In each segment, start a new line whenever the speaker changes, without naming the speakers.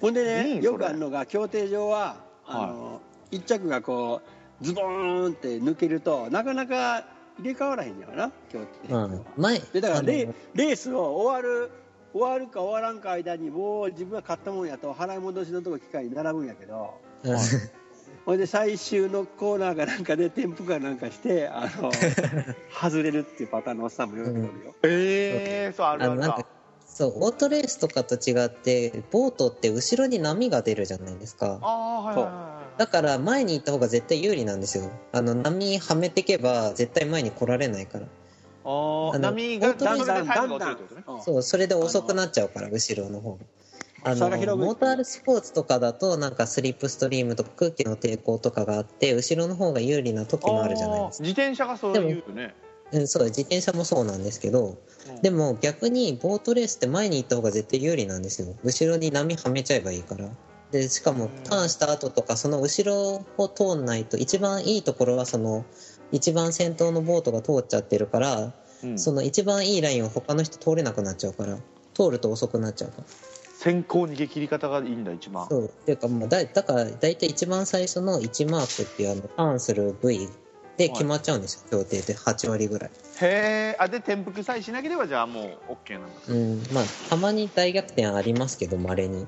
ほんでね、
うん
よ
それ
くあるのが競艇場はあの、一着がこうズボーンって抜けるとなかなか入れ替わらへんやろな競艇場は、
うん、前
でだからレ
あの
レースを終わる終わるか終わらんか間にもう自分が買ったもんやと払い戻しのとこ機械に並ぶんやけど
うん
ほいで最終のコーナーかなんかで転覆かなんかしてあ の外れるっていうパターンのおっさんもよくおるよ、
ええそうある
あ
あ
の
る
なん
だ
かそうオートレースとかと違ってボートって後ろに波が出るじゃないですか
ああはいはいはい
だから前に行った方が絶対有利なんですよあの波はめてけば絶対前に来られないから
あー
あの
波が
本当
波
に
が
だ
で
ん
タイ
だ
ム
ん
が落ち
だ
るっ
ん
てことね
そうそれで遅くなっちゃうから後ろの方あの
差が広がる
モータースポーツとかだとなんかスリップストリームとか空気の抵抗とかがあって後ろの方が有利な時もあるじゃない
あ
で
ー
すか
自転車がそういうよね
うん、そう自転車もそうなんですけどで
も
も逆にボートレースって前に行った方が絶対有利なんですよ後ろに波はめちゃえばいいからでしかもターンした後とかその後ろを通んないと一番いいところはその一番先頭のボートが通っちゃってるからその一番いいラインを他の人通れなくなっちゃうから通ると遅くなっちゃうから
先行逃げ切り方がいいんだ一番
そうっていうかもうだだから大体一番最初の1マークっていうあのターンする部位で決まっちゃうんですよ協定で8割ぐらい。
へえあで転覆さえしなければじゃあもう OK なんだ
うん、まあたまに大逆転ありますけどまれに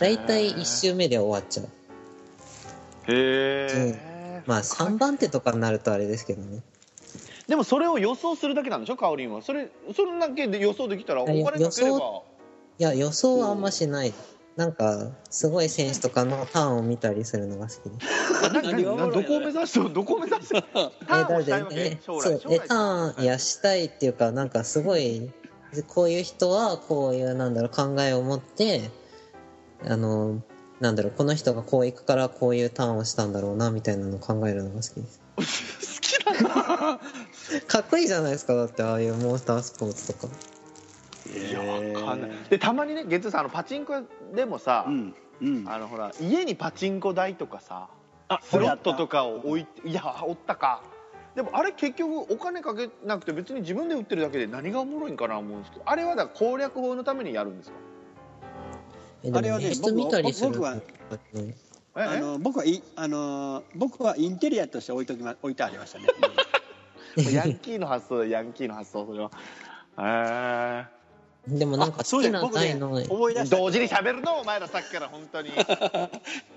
大体1周目で終わっちゃう
へえ
まあ3番手とかになるとあれですけどね
でもそれを予想するだけなんでしょカオリンはそれそれだけで予想できたらお金かけれ
予
ば
想いや予想はあんましないなんかすごい選手とかのターンを見たりするのが好きで
なな
何がおもろい
などこを目指してどこを目指 してターンをしたいわけ
え
将
そ
来
う
将
え
来
ターンいやしたいっていうかなんかすごいこういう人はこういうなんだろう考えを持ってあのなんだろうこの人がこう行くからこういうターンをしたんだろうなみたいなのを考えるのが好きです
好きだな
かっこいいじゃないですかだってああいうモンスタースポーツとか
いやわかんないでたまにねゲッツーさんあのパチンコでもさ、
うんうん
あのほら家にパチンコ台とかさ
あ
スロットとかを置いていやおったかでもあれ結局お金かけなくて別に自分で売ってるだけで何がおもろいんかな思うんですけどあれはだから攻略法のためにやるんですか
え
あれはね
人見たりする
僕は
うん
え
あの僕はいあの僕はインテリアとして置いときま置いてありましたね。
えヤンキーの発想ヤンキーの発想それはえ
でもなんか
あそ
好
う
き
や
な
僕ね
台の
思い
え
出した。
同時に喋るのお前らさっきから本 当に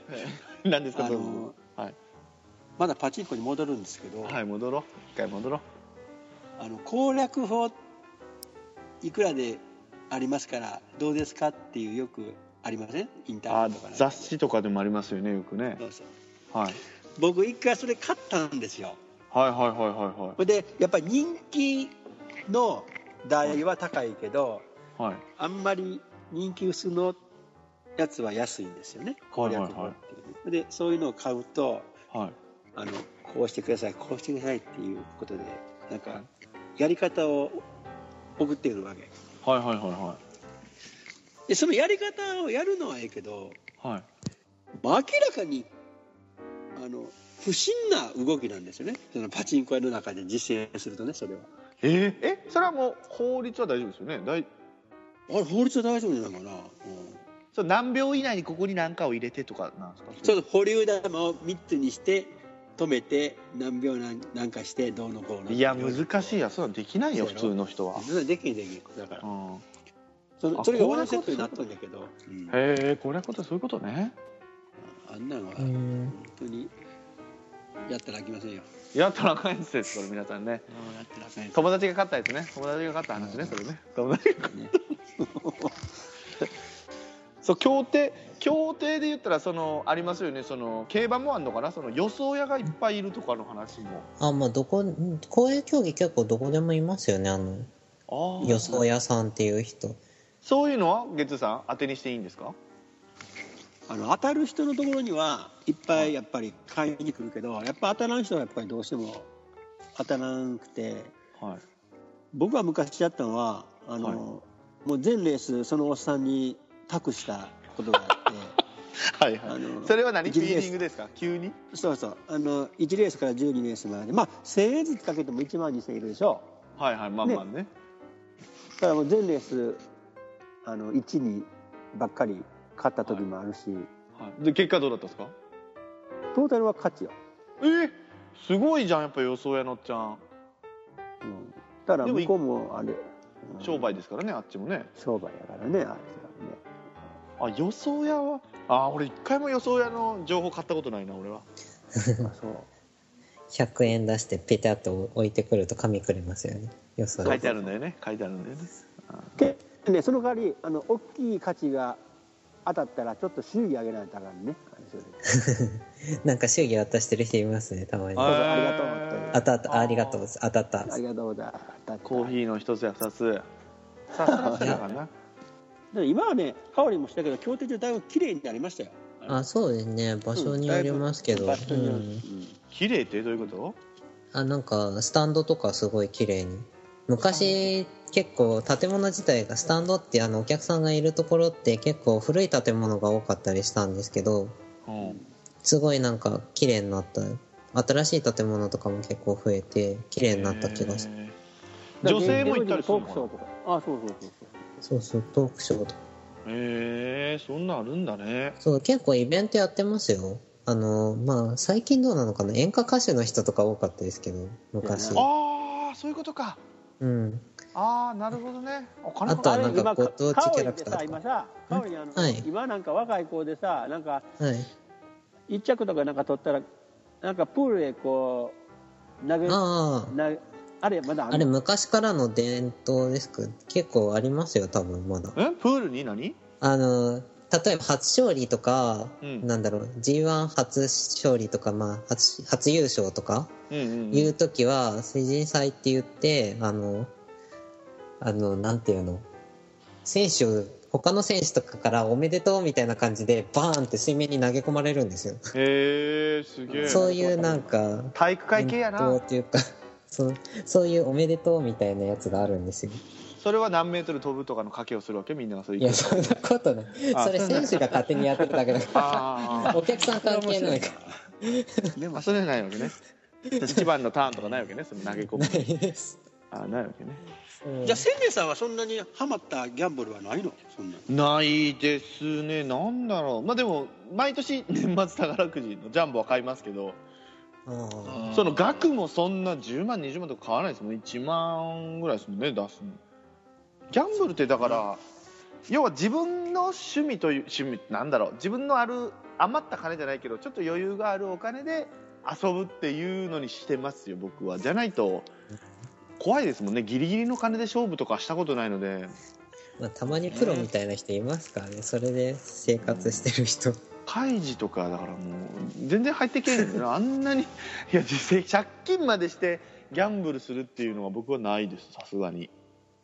え何ですか
あ
どうぞ
の
はい
まだパチンコに戻るんですけど、
はい戻ろう一回戻ろう
あの攻略法いくらでありますからどうですかっていうよくありませんインターネ
あ
ットとかなんかで
雑誌とかでもありますよねよくね
そうそう
はい
僕一回それ買ったんですよ。
はいはいはいは
それでやっぱり人気の台は高いけど、
いはいはい
あんまり人気薄のやつは安いんですよね攻略法っていうね、でそういうのを買うと
はい
あのこうしてくださいこうしてくださいっていうことでなんかやり方を送ってくるわけ
はいはいは
でそのやり方をやるのはええけど
いはいはい
まあ明らかにあの不審な動きなんですよねそのパチンコ屋の中で実践するとねそれは
えーえそれはもう法律は大丈夫ですよね大
あれ法律は大丈夫なのかな、うん、
そう何秒以内にここに何かを入れてとかなんですか
ちょっと保留玉を3つにして止めて何秒なんなんかしてどうのこうの
いや難しい
い
やそんなんできないよ
そ
普
うやろ
通の人は、
できんできんだから
うん、へ
そ
あ
のそれが
こう
ワ
い
ン
うこと
セットになったんだけど、うん
えこれことはそういうことね
あんなのは
う
本
ん
当にやったらあきませんよ、
やったらあかんやつですそれ皆さんね
やったらあかんよ
友達が勝ったやつね友達が勝った話ねそれね友達が
ね
そう競艇競艇で言ったらそのありますよねその競馬もあんのかなその予想屋がいっぱいいるとかの話も
あまあどこうんこういう競技結構どこでもいますよねあの
あ
予想屋さんっていう人
そういうのはゲッツーさん当てにしていいんですか
あの当たる人のところにはいっぱいやっぱり買いに来るけどやっぱ当たらん人はやっぱりどうしても当たらなくて
はい
僕は昔やったのはあの、
はい
もう全レースそのおっさんに託したことがあって。
はい
あの
それは何フ
一
ィ
時
ー
です
リングですか急に
そうそうあの1レースから12レースまでまあ1000円ずつかけても1万2000円いるでしょ
はいはいまあまあね
だからもう全レースあの1にばっかり勝った時もあるし、
はい、で結果どうだったんですか
トータルは勝ちよ、
えー、すごいじゃんやっぱ予想やのっちゃん
うん、だから
でも
向こうもあれ、うん
商売ですからねあっちもね
商売やからねあれだね
あ予想屋はあ俺一回も予想屋の情報買ったことないな俺は
あそう
100円出してペタッと置いてくると紙くれますよね予想
書いてあるんだよね書いてあるんだよね
で、ね、その代わりあの大きい価値が当たったらちょっと祝儀あげないとあかんねあれそれ
なんか祝儀渡してる人いますねたまに
あ
あ
ありがとうって
当たったあありがとう
あ
ございます当たった
ありがとうだだって
コーヒーの一つや二つさあそれはか な
で今はね香りもしたけど競艇場だいぶ綺麗になりましたよ
あそうですね場所によりますけど、
場所による
うん
うん
綺麗ってどういうこ
あなんかスタンドとかすごい綺麗に昔結構建物自体がスタンドってあのお客さんがいるところって結構古い建物が多かったりしたんですけど
と、うん、
すごいなんか綺麗になった新しい建物とかも結構増えて綺麗になった気がして、
へー女性も行ったりす
ト
る
ー
の
クショ
かな
ーとかあそうそうそうそう
そうそうトークショーとか
へえそんなんあるんだね
そう結構イベントやってますよあのまあ最近どうなのかな演歌歌手の人とか多かったですけど昔
う
ああそういうことか
うん
ああなるほどねお金
あとはなんか
今
ご当地キャラク
香織って
ターと
さ今
か
さ香織にあの、
はい
今なんか若い子でさなんか
はい
一着とかなんか取ったらなんかプールへこう投げ
ああ
なあれまだ
あれ昔からの伝統ですか結構ありますよ多分まだ
えプールに何
あの例えば初勝利とか、
うん
なんだろう g 1初勝利とか、まあ、初初優勝とか
うんうん
いう時は成人祭って言ってあのあのなんていうの選手を他の選手とかから「おめでとう」みたいな感じでバーンって水面に投げ込まれるんですよ、
へえすげえ
そういうなんか
体育会系や
伝
な
統っていうか そうそういう「おめでとう」みたいなやつがあるんですよ
それは何メートル飛ぶとかの賭けをするわけみんながそう
い
いう
やそんなことない
あ
それ選手が勝手にやってるだけだから
あ
お客さん関係ないか
で
ー
も
あそれないわけね一番のターンとかないわけねその投げ込
ら
む
ないです
あーないわけね
うん
じゃあせんべいさんはそんなにハマったギャンブルはないのそんな
ないですねなんだろうまあでも毎年年末宝くじのジャンボは買いますけど
あ
その額もそんな10万20万とか買わないですもん1万ぐらいですもんね出すのギャンブルってだから要は自分の趣味という趣味なんだろう自分のある余った金じゃないけどちょっと余裕があるお金で遊ぶっていうのにしてますよ僕はじゃないと怖いですもんねギリギリの金で勝負とかしたことないので
ーまあたまにプロみたいな人いますからねそれで生活してる人
開示とかだからもう全然入ってけんのよなあんなにいや実際借金までしてギャンブルするっていうのは僕はないですさすがに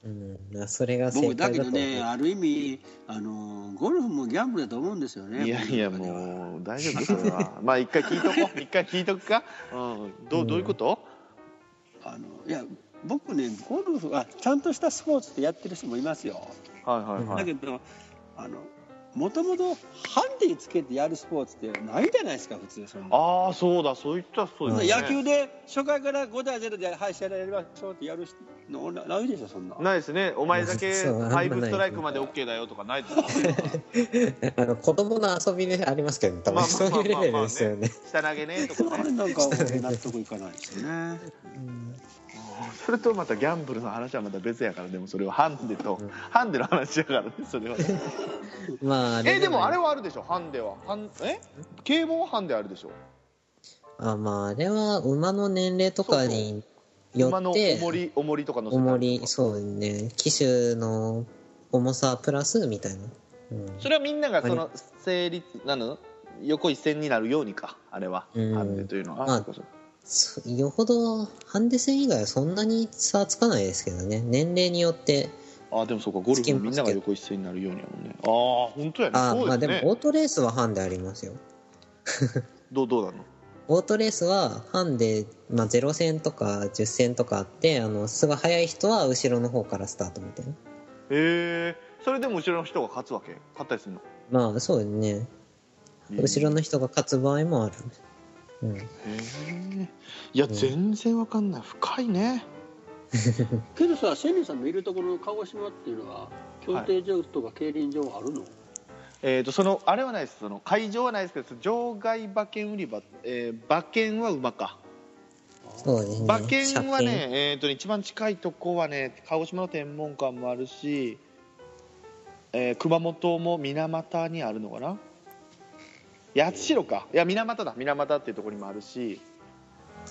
うんまあそれが正
僕
解
だ
だ
け
と
ど
思う
ねある意味あのゴルフもギャンブルだと思うんですよね
いやいや
僕の中では
もう大丈夫それはまあ一回聞いと こう一回聞いとくか、うん、ど
う
うんどういうこと、
あのいや僕ねゴルフはちゃんとしたスポーツってやってる人もいますよ
はいはいは
だ
い、
けどあのもともとハンディつけてやるスポーツってないじゃないですか普通そんな
ああそうだそういったらそうですね
野球で初回から5対0で敗者やりましょうってやる人のなないでしょそんな
ないですねお前だけ
そうあんま
フ
な
ァ
い
イブストライクまで OK だよとかないですか
あの子供の遊びでありますけど多
まあまあ
分そういうレベルですよね
下投げねと
そ
か
れ
ね
なんか俺納得いかないですよね
それとまたギャンブルの話はまた別やからでもそれはハンデと、
うん
ハンデの話やからねそれはね
まああれ
えでもあれ
は
はあるでしょハンデはハンえ警棒はハンデあるでしょ
あまああれは馬の年齢とかによ
馬の
っ
重
て
り重りとかの
重りそうね機種の重さプラスみたいな、うん
それはみんながそ
あ
の成立なの横一線になるようにかあれは
うん
ハンデというのは
まあ
そうかそうか
そよほどハンデ戦以外はそんなに差はつかないですけどね年齢によって
あでもそうかゴル
つけ
フ
ま
も
す
みんなが横一線になるようにやもんねああ本当やね
あ、ま
そ
あ
うで
です
ね
もオートレースはハンデありますよ
どうどうなの
オートレースはハンデ、まあ、0戦とか10戦とかあってあのすごい速い人は後ろの方からスタートみたいな
へえそれでも後ろの人が勝つわけ勝ったりするの
まあそうですね後ろの人が勝つ場合もある、うん、
へえいや
うん
全然わかんない深いね
けどさ千里さんのいるところの鹿児島っていうのは競艇場とか競輪場あるの、
えー、とそのあれはないですその会場はないですけど場外馬券売り場、えー馬券は馬か
そうですね。
馬券は
車検。
ね、えー、と一番近いとこはね鹿児島の天文館もあるし、えー熊本も水俣にあるのかな八代かいや水俣だ水俣っていうところにもあるし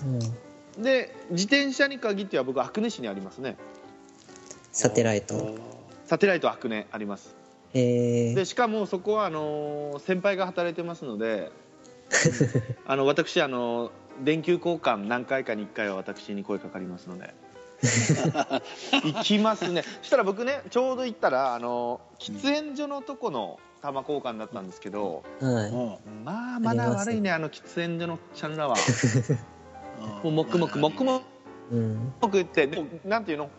うん。
で自転車に限っては僕阿久根市にありますね
サテライ
あ
ト。
サテライト阿久根あります
えー
でしかもそこはあのー先輩が働いてますの であの私あの電球交換何回かに1回は私に声かかりますの で行きますねそしたら僕ねちょうど行ったらあの喫煙所のとこの玉交換だったんですけど、
ー
は
うん
まあマナー悪いねあの喫煙所のおっちゃんらはもう黙々黙々
い。うん。
僕ってでもなんていうの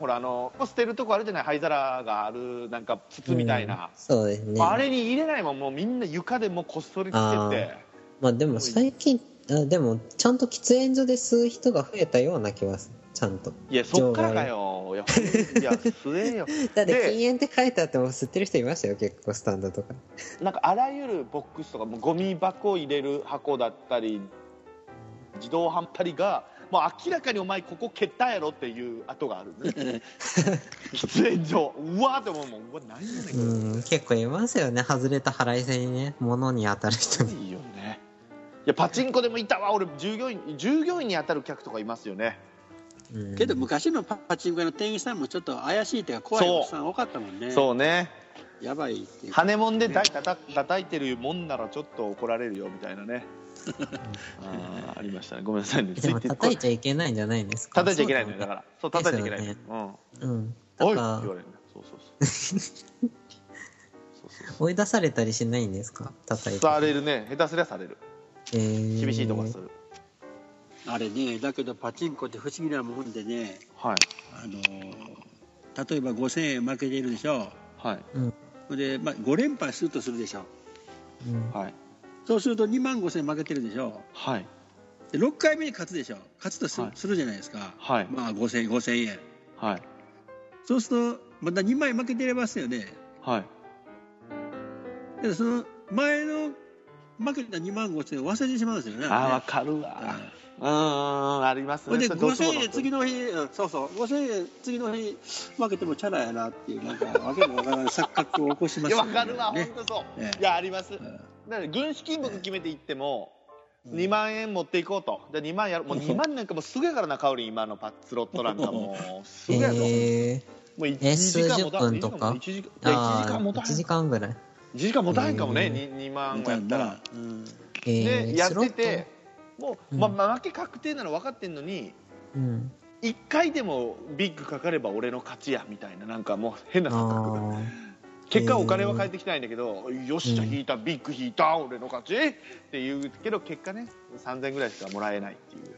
ほらあの捨てるとこあるじゃない灰皿があるなんか筒みたいな、
うんそうですね。
あれに入れないもんもうみんな床でもうこっそりつけて
まあでも最近、あでもちゃんと喫煙所で吸う人が増えたような気はする。ちゃんと。
いやそっからかよいやいや吸えよ
だって
で
禁煙って書いてあっても吸ってる人いましたよ、結構スタンドとか。
なんかあらゆるボックスとかもうゴミ箱入れる箱だったり自動販ったりがもう明らかにお前ここ蹴ったやろっていう跡があるね喫煙所うわーって思うもんうわ何やねんこれ、
うん、結構いますよね、外れた腹いせにね、物に当たる人
いいよねいやパチンコでもいたわ俺従業員従業員に当たる客とかいますよね
うん
けど昔のパパチンコ屋の店員さんもちょっと怪しいというか怖いおっさん多かったもんね
うね
やばいっていうか
羽根もんでたたた叩いてるもんならちょっと怒られるよみたいなねあーありましたねごめんなさいねつ
で
い
も
て
叩いちゃいけないんじゃないんですか。
叩いちゃいけないのよだかららそう叩いちゃいけないのよ
で
うん
うん。
「おい!」
だ
って言われ
から
るのそうそうそうそうそうそう
追い出されたりしないんですか 叩いて。
されるね下手すりゃされる
えー
厳しいとこはする
あれねだけどパチンコって不思議なもんでね
はい
あの例えば5000円負けてるでしょ
はい
それで、まあ、5連敗するとするでしょ
うん
はい
そうすると2万5000円負けてるでしょ
はい
で6回目に勝つでしょ勝つとす,、
はい
するじゃないですか、
はい
まあ5000円5000円
はい
そうするとまた2枚負けてれますよね
はい
でその前の負けた2万5000円忘れてしまうんですよね
あーわかるわうんうんうんあります
それ
ね
で
それどうし
5000
よう
円で次の日、うんそうそう、5000円次の日負けてもチャラやなっていう、なんか、わけもわからない錯覚を起こしま
い
すよ
やわ
ね。
かるわ本
ね
当そう
ええ
いやあります
うん
だから軍資金僕決めていっても2万円持っていこうとじゃあ2万やろもう2万なんかもうすぐやからなカオリン今のパッスロットなんかもうすぐやぞ、
え
もう1
えー
時間もた
数十分とか
1時間
ー、
時
あ
間もた
あ、
ん
1時間ぐらい。
1時間もたんかもね、
うん
に 2, 万
み
も
た
や
い
ったら
な、うん
えー
でやって、
スロッ
て
ト
もう、
うん
ままあ負け確定なの分かってんのに
うん。
1回でもビッグかかれば俺の勝ちやみたいななんかもう変な錯覚が
あ
結果お金は返ってきてないんだけど、よっしゃ
うん
引いたビッグ引いた俺の勝ちっていうけど結果ね3000ぐらいしかもらえないってい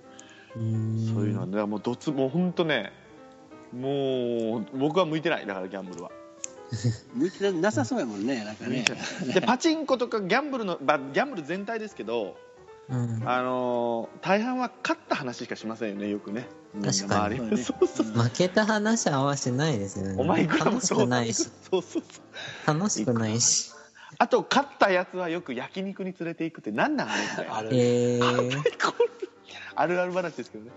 う
ーん
そういうのは、ね、だからもうどつもう本当ねもう僕は向いてないだからギャンブルは、
向いてなさそうやもんね、なんかね。
でパチンコとかギャンブルの、まあ、ギャンブル全体ですけど、
うん
あのー大半は勝った話しかしませんよねよくね
確かに
みんな周りそうそう
負けた話合わせないですよね。
お前いくらも
楽しくないし、
そうそうそう
楽しくないし。
あと勝ったやつはよく焼肉に連れて行くって何なんあれみたいな
ある
えー、
あるある話ですけどね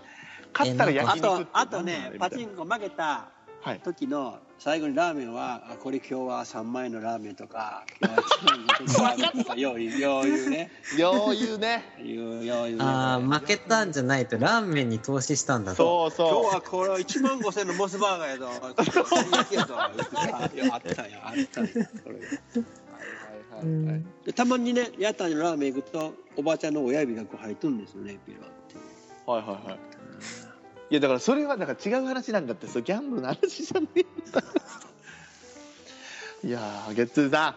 勝ったら
あ
焼肉って
と、あと
なんだ
ね
れ、み
パ
たいな
チンコ負けた
はい
時の最後にラーメンは、あこれ今日は3万円のラーメンとか、今日は1万円のラーメンとか、よう言う、よう言うね。
余裕ね
言う、よう言うね。
ああ、負けたんじゃないと、ラーメンに投資したんだと。
そう
今
そ
日はこれ1万5000のモスバーガーやぞ。 やぞいやあったよ、あったよ。これ
うはいはいは
う
い
ん
でたまにね、屋台のラーメン行くと、おばあちゃんの親指がこう入っとるんですよね、ピロって。
はいはいはいいやだからそれはだから違う話なんだってそうギャンブルの話じゃねえんだいやーゲッツーさん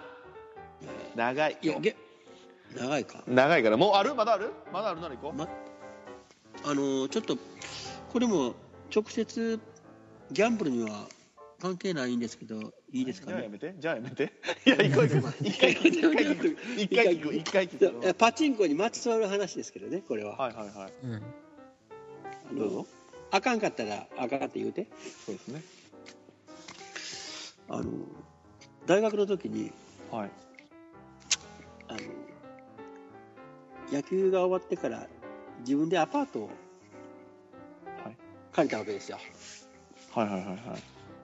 長い
いや、げ長いか。
長いからもうあるまだあるまだあるなら行こう
ま、あのーちょっと、これも直接、ギャンブルには関係ないんですけど、いいですか
じゃあや
ね。
めてじゃあやめて いや行こう行こう一回聞く一回聞く一回聞く一回聞く
えパチンコにまつわる話ですけどね、これは。
はいはいはい
うん。
あのーあかんかったら、あかんって言うて。
そうですね
あの大学の時に
はい
野球が終わってから自分でアパートを
はい
借りたわけですよ
はいはいはいはい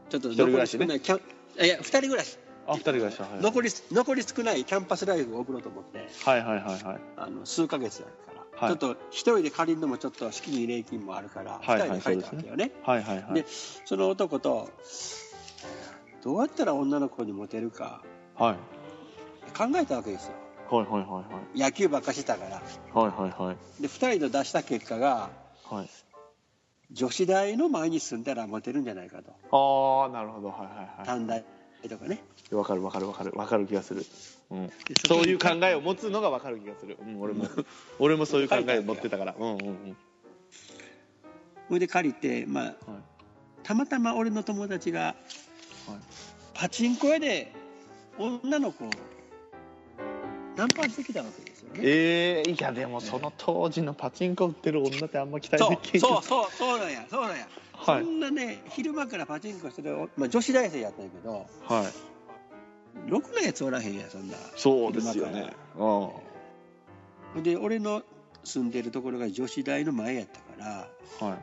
ちょっと
一人暮
残
ら
り
し
少
ね
ないキャンいや二人暮らし
あ二人暮らしははい
残り残り少ないキャンパスライフを送ろうと思って
はいはいはいはい
あの数ヶ月だから、
はい
ちょっと一人で借りるのもちょっと資金礼金もあるから
は
二
いは
人
い
で借りたわけよね,、
はいはいはい
でその男とどうやったら女の子にモテるか
はい
考えたわけですよ
はいはいはいはい
野球ばっかしてたから
はいはいはい
で二人の出した結果が
はい
女子大の前に住んだらモテるんじゃないかと
ああなるほどはいはいは
短大とかね
いわかるわかるわかるわかる気がする、うん、
で
そういう考
そこに
えを持つのがわかる気がする、うん、俺も 俺もそういう考えを持ってたからうんうんうん
それで借りて、まあ、
はい
たまたま俺の友達が
はい
パチンコ屋で女の子をナンパしてきたわけですよね
えー、いやでもその当時のパチンコ売ってる女ってあんま期待
そ
でき
う
ない
そうそうそうなんやそうなんや、
はい
そんなね昼間からパチンコしてる、まあ、女子大生やったんやけど
はい
ろくなやつおらへんやそんな
そうですよねうんは
で俺の住んでるところが女子大の前やったから
いはい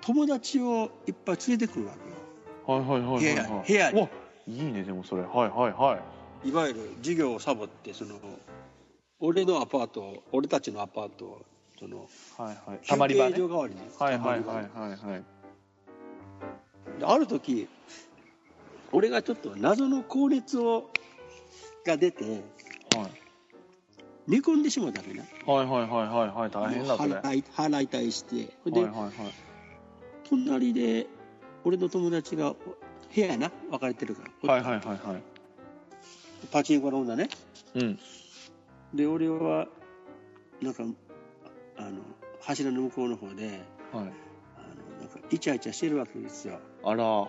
友達をいっぱい連れてくるわけよ
はいはいはいはいはい
部屋に
うわいいねでもそれはいはいはい
いわゆる授業をサボってその俺のアパートを俺たちのアパートをその
はいはい
休
たまり場
憩
ね
所代わりに
はいはい
た
は
ま
い
り
はいはい
場である時俺がちょっと謎の高熱をが出て
はい
寝込んでしまったわけな
はいはいはいはいはい大変だそれはい
腹い腹痛いしてほん
はい
で、
はい
隣で俺の友達がお部屋やな別れてるから、
はいはいはいは
パチンコの女ね
いうん
で俺はなんかあの柱の向こうの方で
はい
あのなんかイチャイチャしてるわけですよ
あらは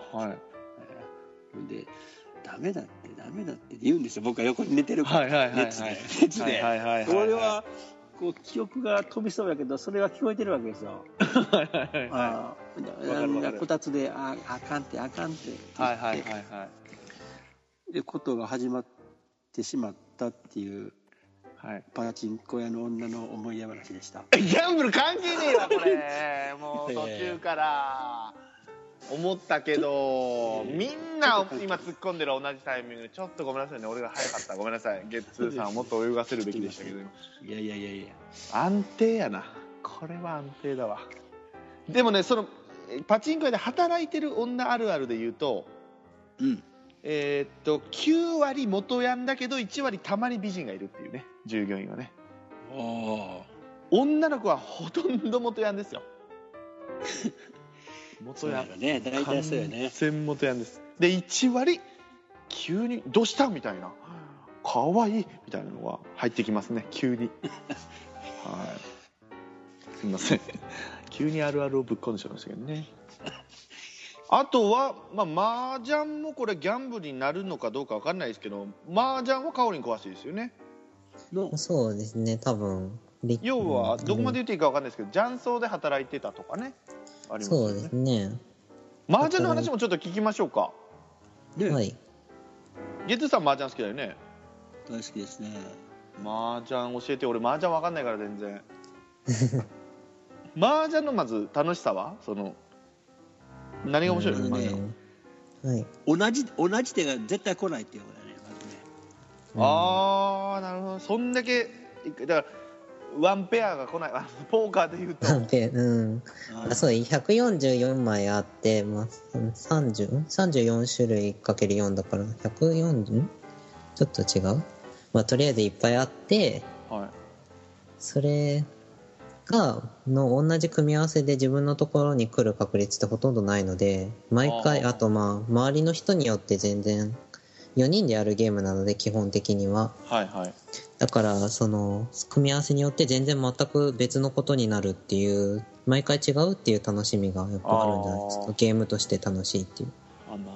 い
で「ダメだってダメだって」言うんですよ僕は横に寝てるから、
はいはいはいはい
熱で熱で、
はいはいはいはい
それはこう記憶が飛びそうやけどそれは聞こえてるわけですよ、
はいはいはいはい
ああだ
わかるわか
な
る
こたつで「ああかんってあかんって」
はいはいはいはい
でことが始まってしまったっていう
はい
パチンコ屋の女の思い出話でした
ギャンブル関係ねえわこ れもう
い
途
やいや
中から思ったけどみんな今突っ込んでる同じタイミングでちょっとごめんなさいね俺が早かったごめんなさいゲッツーさんをもっと泳がせるべきでしたけど
いやいやいやいや
安定やなこれは安定だわでもねそのえパチンコ屋で働いてる女あるあるで言うと
うん
えーっと9割元ヤンだけど1割たまり美人がいるっていうね従業員はね
お
女の子はほとんど元ヤンです よ元
そう
ヤ
や
ン
ろね大体そうやね
専門店ですで1割急に「どうした?」みたいな「かわいい」みたいなのが入ってきますね急にはいすみません急にあるあるをぶっ込んでしまいましたけどねあとはまあ麻雀もこれギャンブルになるのかどうかわかんないですけど麻雀はカオリン詳しいですよね
の
そうですね、多分。り
要はどこまで言
う
っていいかわかんないですけど雀荘で働いてたとかねあ
ん
ります
そ
よ
うです
ね
ね。
麻雀の話もちょっと聞きましょうか
ね
はい。
ゲッツーさん麻雀好きだよね
大好きですね
麻雀教えて俺麻雀わかんないから全然麻雀のまず楽しさはその何が面白いの、
うん
麻
ね
雀
はい。
同じ同じ手が絶対来ないっていうことだねまずね
ああなるほどそんだけだからワンペアが来ない あポーカーで言うと
なんで、うん。あそう、144枚あって、まあ、30、ん ?34 種類かける4だから、140? んちょっと違うまあ、とりあえずいっぱいあって、
はい
それが、の同じ組み合わせで自分のところに来る確率ってほとんどないので、毎回、
あー
あとまあ、周りの人によって全然、4人でやるゲームなので、基本的には。
はいはい
だから、その、組み合わせによって全然全く別のことになるっていう、毎回違うっていう楽しみがやっぱあるんじゃないです
あ
か
ー。
ゲームとして楽しいっていう。
あなるほ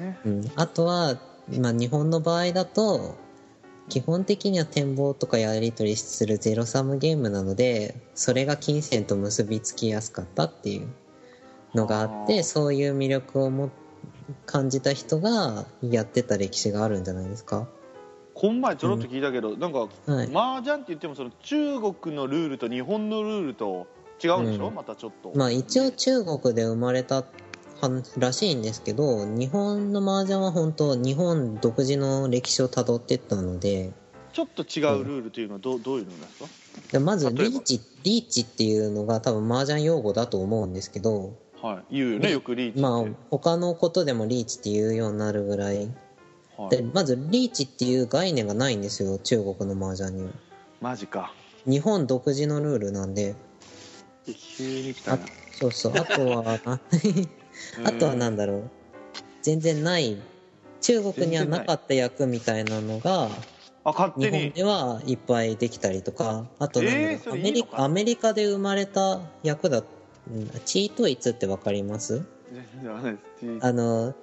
どね
うん。あとは、まあ日本の場合だと、基本的には展望とかやり取りするゼロサムゲームなので、それが金銭と結びつきやすかったっていうのがあっ
あ
て、
ー
そういう魅力をも感じた人がやってた歴史があるんじゃないですか。
こん前ちょろっと聞いたけど、なんか
はい、
麻雀って言ってもその中国のルールと日本のルールと違うんでしょ、
うん
またちょっと、
まあ一応中国で生まれたはらしいんですけど日本の麻雀は本当日本独自の歴史をたどってったので
ちょっと違うルールというのはどうどういうのなんですか
でまず
例え
リ
ば
ーチリーチっていうのが多分麻雀用語だと思うんですけど
はい、言うよねよくリーチって、
まあ他のことでもリーチっていうようになるぐらい
はい
でまずリーチっていう概念がないんですよ中国の麻雀には
マジか
日本独自のルールなんで
急に来たな
そうそうあとはあ あとはなんだろう全然ない中国にはなかった役みたいなのが
あ勝
日
手
本
に
ではいっぱいできたりとかあとなんだろう、
えーそ
ア
れい
メ
いの
リ
か
カアメリカで生まれた役だうんチートイツってわかります
全然わかんないです
あの、
はい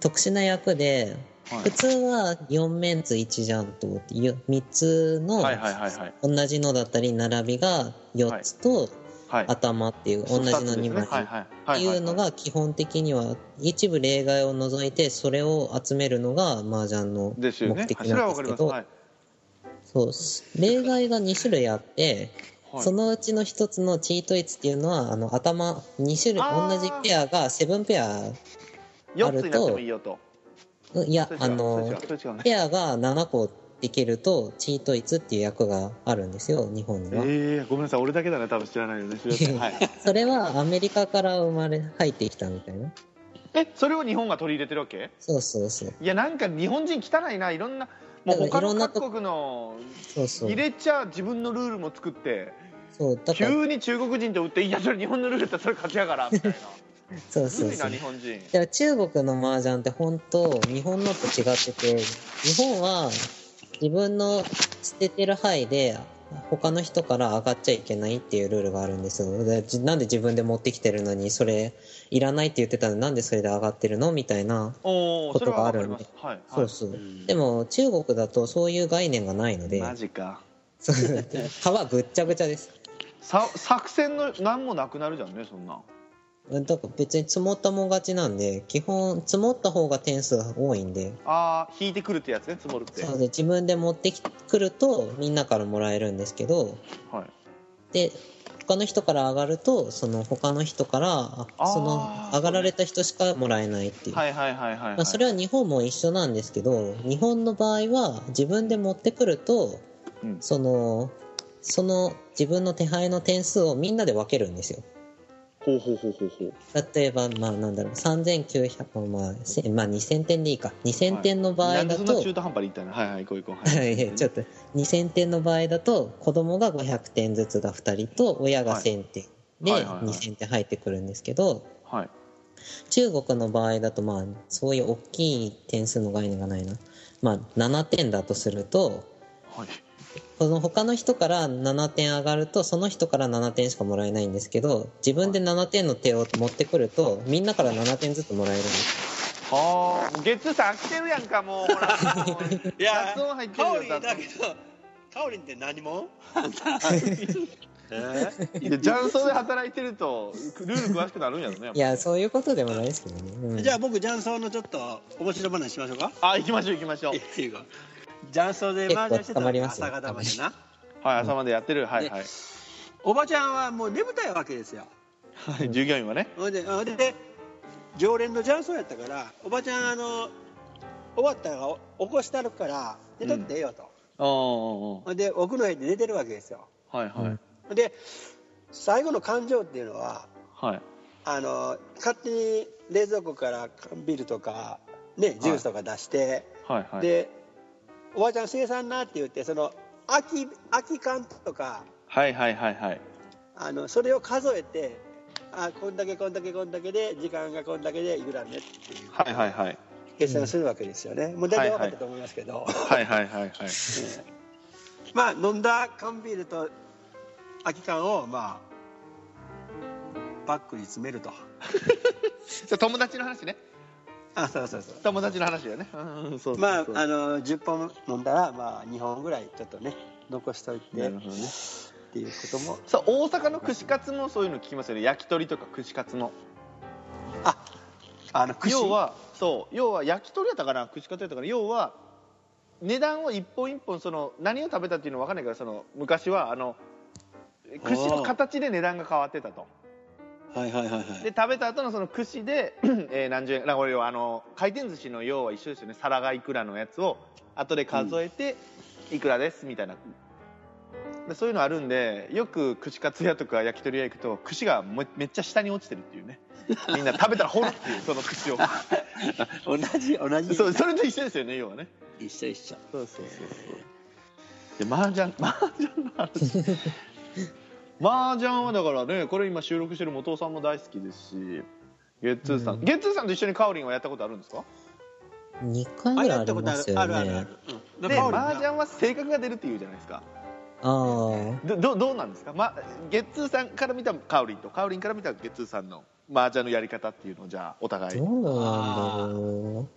特殊な役で
はい
普通は4面図1じゃんと3つの
はいはいはいはい
同じのだったり並びが4つと
はい
頭っていう同じの2枚
はいはいは
っ
い
ていうのが基本的には一部例外を除いてそれを集めるのが麻雀の目
ですよね
的
はいそれ
な
は
ん
わ
で
かります
すけど
はい
そう例外が2種類あって
はい
そのうちの1つのチートイツっていうのはあの頭2種
あー
類同じペアが7ペア
四つになってもいいよと
うんいや
それ違う
あの
それ違うそれ違うね
ペアが7個できるとチートイツっていう役があるんですよ日本には。
えー、ごめんなさい俺だけだな多分知らないよね知らないはい
それはアメリカから生まれ入ってきたみたいな
えそれを日本が取り入れてるわけ
そうそうそう
いやなんか日本人汚いないろんなもう
だ
他
からいろ
の
んなと
各国の
そうそ
入
う
れちゃ自分のルールも作って
そうだから
急に中国人と打って「いやそれ日本のルールだったらそれ勝ちやから」みたいな
そう
ず
そう
るい
そ
な
う
日本人
だから中国の麻雀って本当日本のと違ってて日本は自分の捨ててる範囲で他の人から上がっちゃいけないっていうルールがあるんですよでじなんで自分で持ってきてるのにそれいらないって言ってたのになんでそれで上がってるのみたいな
おおそれはわかりま
こ
すはい、はい、
そうそう
うん
でも中国だとそういう概念がないので
マジか
そう皮ぐっちゃぐちゃです
さ作戦の何もなくなるじゃんねそんなん
だから別に積もったもん勝ちなんで基本積もった方が点数多いんで
ああ引いてくるってやつね積もるって
そうで自分で持ってくるとみんなからもらえるんですけど
はい
で他の人から上がるとその他の人から
あー
その上がられた人しかもらえないっていう、
はいはいはいはい、
ま
は
あ、
い、
それは日本も一緒なんですけど日本の場合は自分で持ってくると
うん
そのその自分の手配の点数をみんなで分けるんですよ
ほうほうほうほうほう
例えばまあなんだろう3900まあ、せまあ、2000点でいいか2000点の場合
な
だ
んでそん
と、
な中途半端にいったのはいはい行こう行こう
は いやちょっ
と
と2000点の場合だと子供が500点ずつが2人と親が1000点で
はいはいはい
2000点入ってくるんですけど
はい
中国の場合だとまあそういう大きい点数の概念がないなまあ7点だとすると
はい
この他の人から7点上がるとその人から7点しかもらえないんですけど自分で7点の手を持ってくるとみんなから7点ずつもらえるんです
はあもうゲッツーさん飽きてるやんかも うほらも
い
う
や
雑音入ってる
カオ
よ
リンだけどカオリンって何もえ
いや雀荘で働いてるとルール詳しくなるんやろねやっぱ
いやそういうことでもないですけどね、うん
じゃあ僕雀荘のちょっと面白い話しましょうか
あ行きましょう行きましょう
いやいいよ雀荘で麻雀してた
結構捕まり
の
ますよ
朝方までな
はい朝までやってるはい
ね
はい、
おばちゃんはもう眠たいわけですよ
はい、従業員はね
ほんでほんで常連の雀荘やったからおばちゃんあの終わったらお起こしてあるから寝とってええよと、
ああ
ほんで奥の部屋で寝てるわけですよ
はいはい、
うん
ほんで最後の感情っていうのは
はい
あの勝手に冷蔵庫から缶ビールとか、ね、ジュースとか出して、
はいはい
でおばあちゃん生産なって言ってその空き空き缶とか
はいはいはいはい
あのそれを数えてあこんだけこんだけこんだけで時間がこんだけでいくらねっていう
はいはいはい
決算するわけですよね、もう大体分かったと思いますけど、
はいはいはいはい
まあ飲んだ缶ビールと空き缶をまあバッグに詰めると
じゃあ友達の話ね
あそうそうそう
友達の話だよねうんそうそうそう
まああの10本飲んだらまあ2本ぐらいちょっとね残しといて
な
っ
るほどね
ていうことも
そう大阪の串カツもそういうの聞きますよね焼き鳥とか串カツも
ああの串
要はそう要は焼き鳥やったかな串カツやったかな要は値段を一本一本その何を食べたっていうの分かんないからその昔はあの串の形で値段が変わってたと
はいはいはいはい
で食べた後のその串で、 えー何十円なこれはあの回転寿司の要は一緒ですよね皿がいくらのやつを後で数えて、いくらですみたいなでそういうのあるんでよく串カツ屋とか焼き鳥屋行くと串がもうめっちゃ下に落ちてるっていう ねみんな食べたら掘るっていうその 串を
同じ同じ
そうそれと一緒ですよね要はね
一緒一緒
そうそうそうそう。で、麻雀、 麻雀の話。 麻雀はだからね、これ今収録してる元尾さんも大好きですし。ゲッツーさん、
うん
ゲッツーさんと一緒にカオリンはやったことあるんですか。
2回
あ
ぐらい
や
あ
った
り
こと
ま
ある
すよ
あるあるあ
ね
る。うん
で、
パオリンが
麻雀は性格が出るっていうじゃないですか。
ああ
ど、どう、どうなんですか。ま、ゲッツーさんから見たカオリンと、カオリンから見たゲッツーさんの。麻雀のやり方っていうのを、じゃあ、お互い
ど。うなんだろう。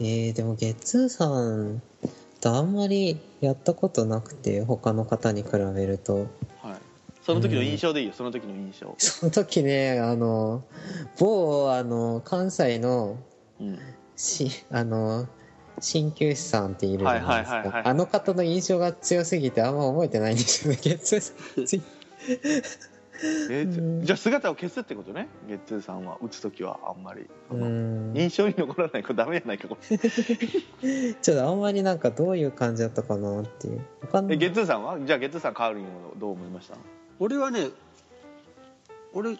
えー、でもゲッツーさんとあんまりやったことなくて、他の方に比べると。
はい。その時の印象でいいよ、その時の印象。
その時ね、あの、某、あの、関西の、
うん。
し、あの、鍼灸師さんっているじゃないです
はいはいはいはい
か。あの方の印象が強すぎてあんま覚えてないんで すよね、ゲッツーさん。つい
えーじゃ
うん
じゃあ、姿を消すってことね。ゲッツーさんは、打つ時は、あんまり。
うーん。
印象に残らないこれダメやないかこ れ
ちょっとあんまりなんかどういう感じだったかなっていう。他の
えゲッツーさんはじゃあゲッツーさんカーリンをどう思いました
俺はね俺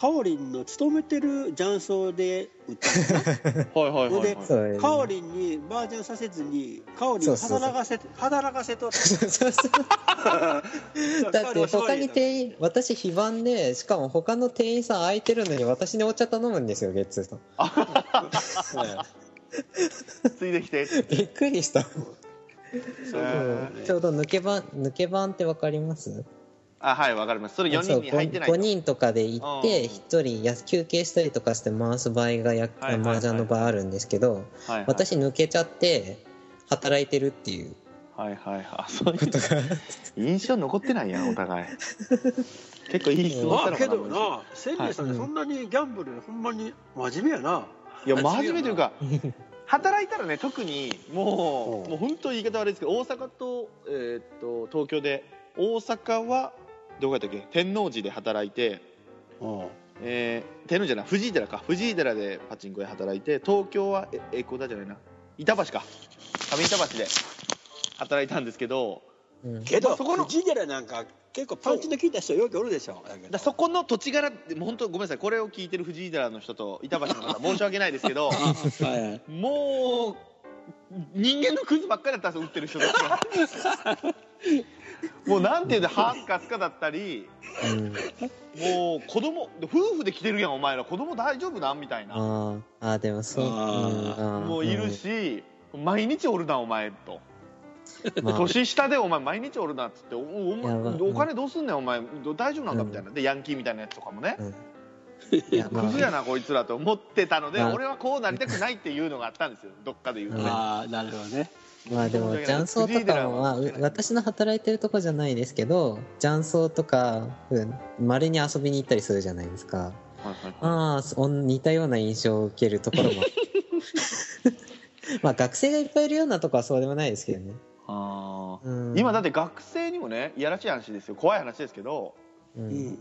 カオリンの勤めてる雀荘で売ったの
はいはい
はいはい
そうですね
カオリンにバージョンさせずにカオリンを働かせて働かせとって
そうそうそう。 だって他に店員私非番でしかも他の店員さん空いてるのに私にお茶頼むんですよゲッツーさん
ついできて
びっくりした、
そう
へ
ちょうど抜け番抜け番ってわかります
あはいわかりますそれ4人に入ってない
5人とかで行っ
うん
て1人や休憩したりとかして回す場合がや、
はいはいはい
麻雀の場合あるんですけど、
はいはい
私抜けちゃって働いてるっていう
はいはいはいそういう
ことが
印象残ってないやんお互い結構いい質問し
ま
た
あ
の
け
かな
どな千里さんってそんなにギャンブルほんまに真面目やな、
いや真面目 というか働いたらね特に
う
もうんもう本当言い方悪いですけど大阪と,、えーっと東京で大阪はどこやったっけ天王寺で働いて
うん
えー、天皇じゃない藤井寺か藤井寺でパチンコ屋働いて東京はえ栄光だじゃないな板橋か上板橋で働いたんですけど
うん
け
ま
ど
あそこの
藤井寺なんか結構パンチの効いた人よくおるでしょだけど
だそこの土地柄ってもう本当ごめんなさいこれを聞いてる藤井寺の人と板橋の方申し訳ないですけ ど
はいはい
もう人間のクズばっかりだったんですよ売ってる人たちはもうなんていうんだハースカスカだったり
うん
もう子供夫婦で来てるやんお前ら子供大丈夫なんみたいな
あーあーでもそう
あ
んあー
もういるし、毎日おるなお前と、
うんまあ
年下でお前毎日おるなっつっておおお前
やばい
お金どうすんねんお前ど大丈夫なんかみたいな、でヤンキーみたいなやつとかもね、
うんいやまあ
クズやな こいつらと思ってたので、
まあ
俺はこうなりたくないっていうのがあったんですよどっかで言うとね、
ああなるほどね
まあでも
申し訳ない
雀荘とかは
藤井
う
寺は
私の働いてるとこじゃないですけど雀荘とかまれに遊びに行ったりするじゃないですか
はいはいはい
ああそ似たような印象を受けるところも まあ学生がいっぱいいるようなとこはそうでもないですけどね
あー
うん
今だって学生にもねいやらしい話ですよ怖い話ですけど
う、
うんん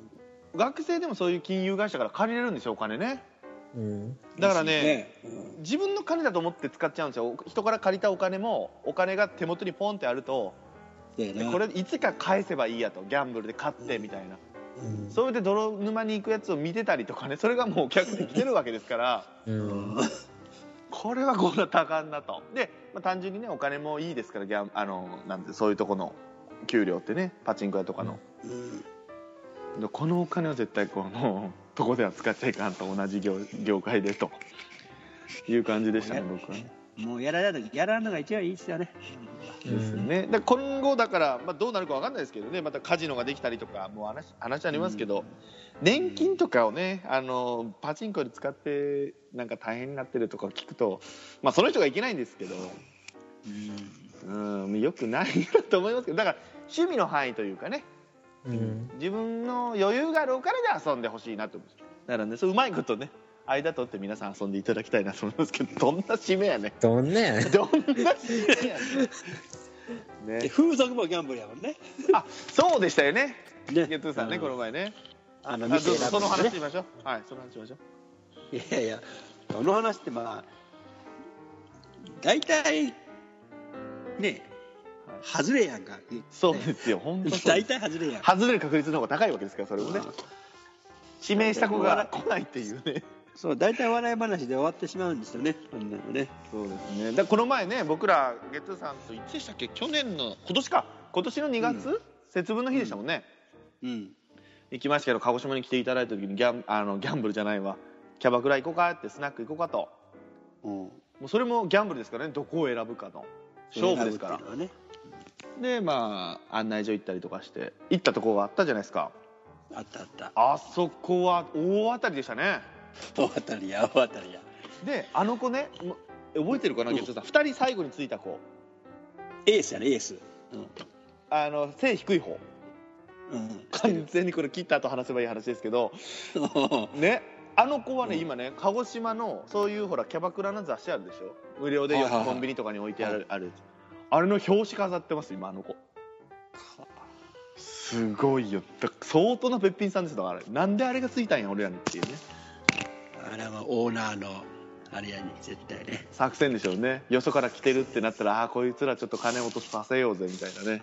学生でもそういう金融会社から借りれるんですよお金ね
うん、
だからね
うん
自分の金だと思って使っちゃうんですよ人から借りたお金もお金が手元にポンってあると
で
で
ね
これいつか返せばいいやとギャンブルで勝ってみたいな、
うん
それで泥沼に行くやつを見てたりとかねそれがもうお客に来てるわけですから
うん
これはこうなったらあかんなとで、まあ、単純にねお金もいいですからギャンあのなんてそういうとこの給料ってねパチンコ屋とかの、
うん
でこのお金は絶対このとこでは使っちゃいかんと同じ業業界でという感じでしたね
ね
僕はね。
もうやらないのやらないのが一番いいですよね
ですね、で今後だから、まあ、どうなるかわかんないですけどねまたカジノができたりとかもう話話ありますけど、年金とかをねあのパチンコで使ってなんか大変になってるとか聞くと、まあ、その人がいけないんですけどうんよくないなと思いますけどだから趣味の範囲というかね
うん
自分の余裕があるお金で遊んでほしいなと思いますだからねそううまいことね間取って皆さん遊んでいただきたいなと思いますけどどんな締めやね
どんなやね ん
んどんな締めやねん
で
ね
風俗もギャンブルやもんね
あそうでしたよね
ね
ゲットゥーさんね、
うん
この前ね
あの
あ
見て
どうぞ
選
そ
ぶ
の
の
話
ね
しましょうはいその話しましょう
いやいやその話ってまあ大体ね外れやんか
そうですよ本当そう
大
です
体外れやん
外れる確率の方が高いわけですからそれもね指名した子が来ないっていうね
そう大体笑い話で終わってしまうんですよねあんなのね
そうですね。だからこの前ね、僕らゲットさんといつでしたっけ？去年の今年か。今年の2月、節分の日でしたもんね。
うん
行きましたけど鹿児島に来ていただいた時にギャンあのギャンブルじゃないわ。キャバクラ行こうかってスナック行こうかと。
うん
もうそれもギャンブルですからね。どこを選ぶかの勝負ですから
選ぶ。っていうのはね
でまあ案内所行ったりとかして行ったとこがあったじゃないですか。
あったあった
あそこは大当たりでしたね。
大当たりや大当たりや
であの子ね、も覚えてるかな
うん
ゲットさん。二人最後についた子。
エースやねエースうん
あの背低い方。
うん
完全にこれ切った後話せばいい話ですけどねあの子はね、
うん
今ね鹿児島のそういうほらキャバクラの雑誌あるでしょ無料で
はい
よ
はいはい
くコンビニとかに置いてある,、あるあれの表紙飾ってます今あの子すごいよだ相当なべっぴんさんですよあれなんであれがついたんや俺らにっていうね
あれはオーナーのあれやに絶対ね
作戦でしょうねよそから来てるってなったらああーこいつらちょっと金落とさせようぜみたいなね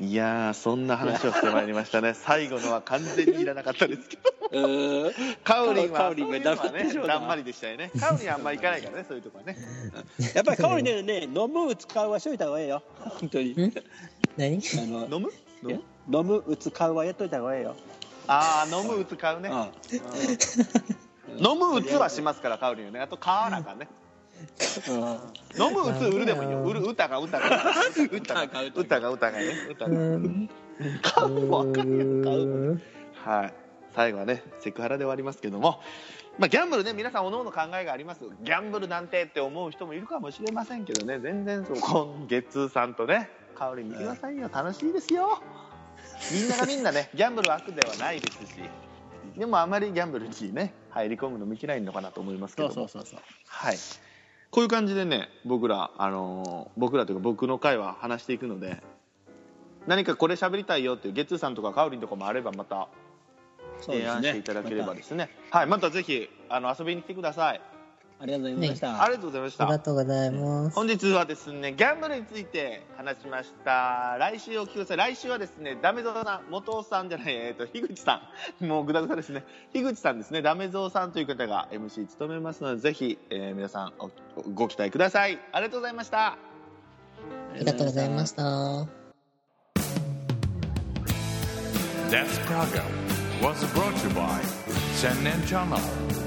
いやーそんな話をしてまいりましたね最後のは完全にいらなかったですけど
うん
カウリンは
カ
カ
ウ
ウ
リ
リ
ン
ン
が
が
黙ってしまうな
だんまりでしたよね カウリンあんまり行かないからねそういうとこはね
やっぱり香りねね飲む打つ買うはしといた方がええよ本当に
ん何
あの
飲む
い
飲
や
む
飲む打つ買うはやっといた方がええよ、
ああ飲む打つ買うね
あ
うん飲む打つはしますからカウリンはねあと買わなあかんね
あ
飲む打つ売るでもいいよ売る歌が歌が 歌が歌が歌が歌がね歌
う
が
ん
買うも 分かるよ買うも
う
はい最後はねセクハラで終わりますけどもまあギャンブルね皆さんおのの考えがありますギャンブルなんてって思う人もいるかもしれませんけどね全然そう今月さんとね香り見てくださいよ楽しいですよみんながみんなねギャンブルは悪ではないですしでもあまりギャンブルにね入り込むの向きないのかなと思いますけ
そ
ど
う
も
そうそうそう
はいこういう感じでね僕らあのー僕らというか僕の回は話していくので何かこれ喋りたいよっていうゲッツーさんとかカオリンとかもあればまた
そう
提
です
案して
ね
いただければ
ま
ですねはいまたぜひあの遊びに来てください
たありがとうございました、
ありがとうございまし
ありが
た
とうございます。
本日はですねギャンブルについて話しました来週お聞きください来週はですねダメゾウさん元尾さんじゃない えっ、と樋口さんもうグダグダですね樋口さんですねダメゾウさんという方が MC 務めますのでぜひ、えー皆さんおご期待くださいありがとうございました
あ
ありがとうございました。
That's Prago was brought to you by Sennen Channel.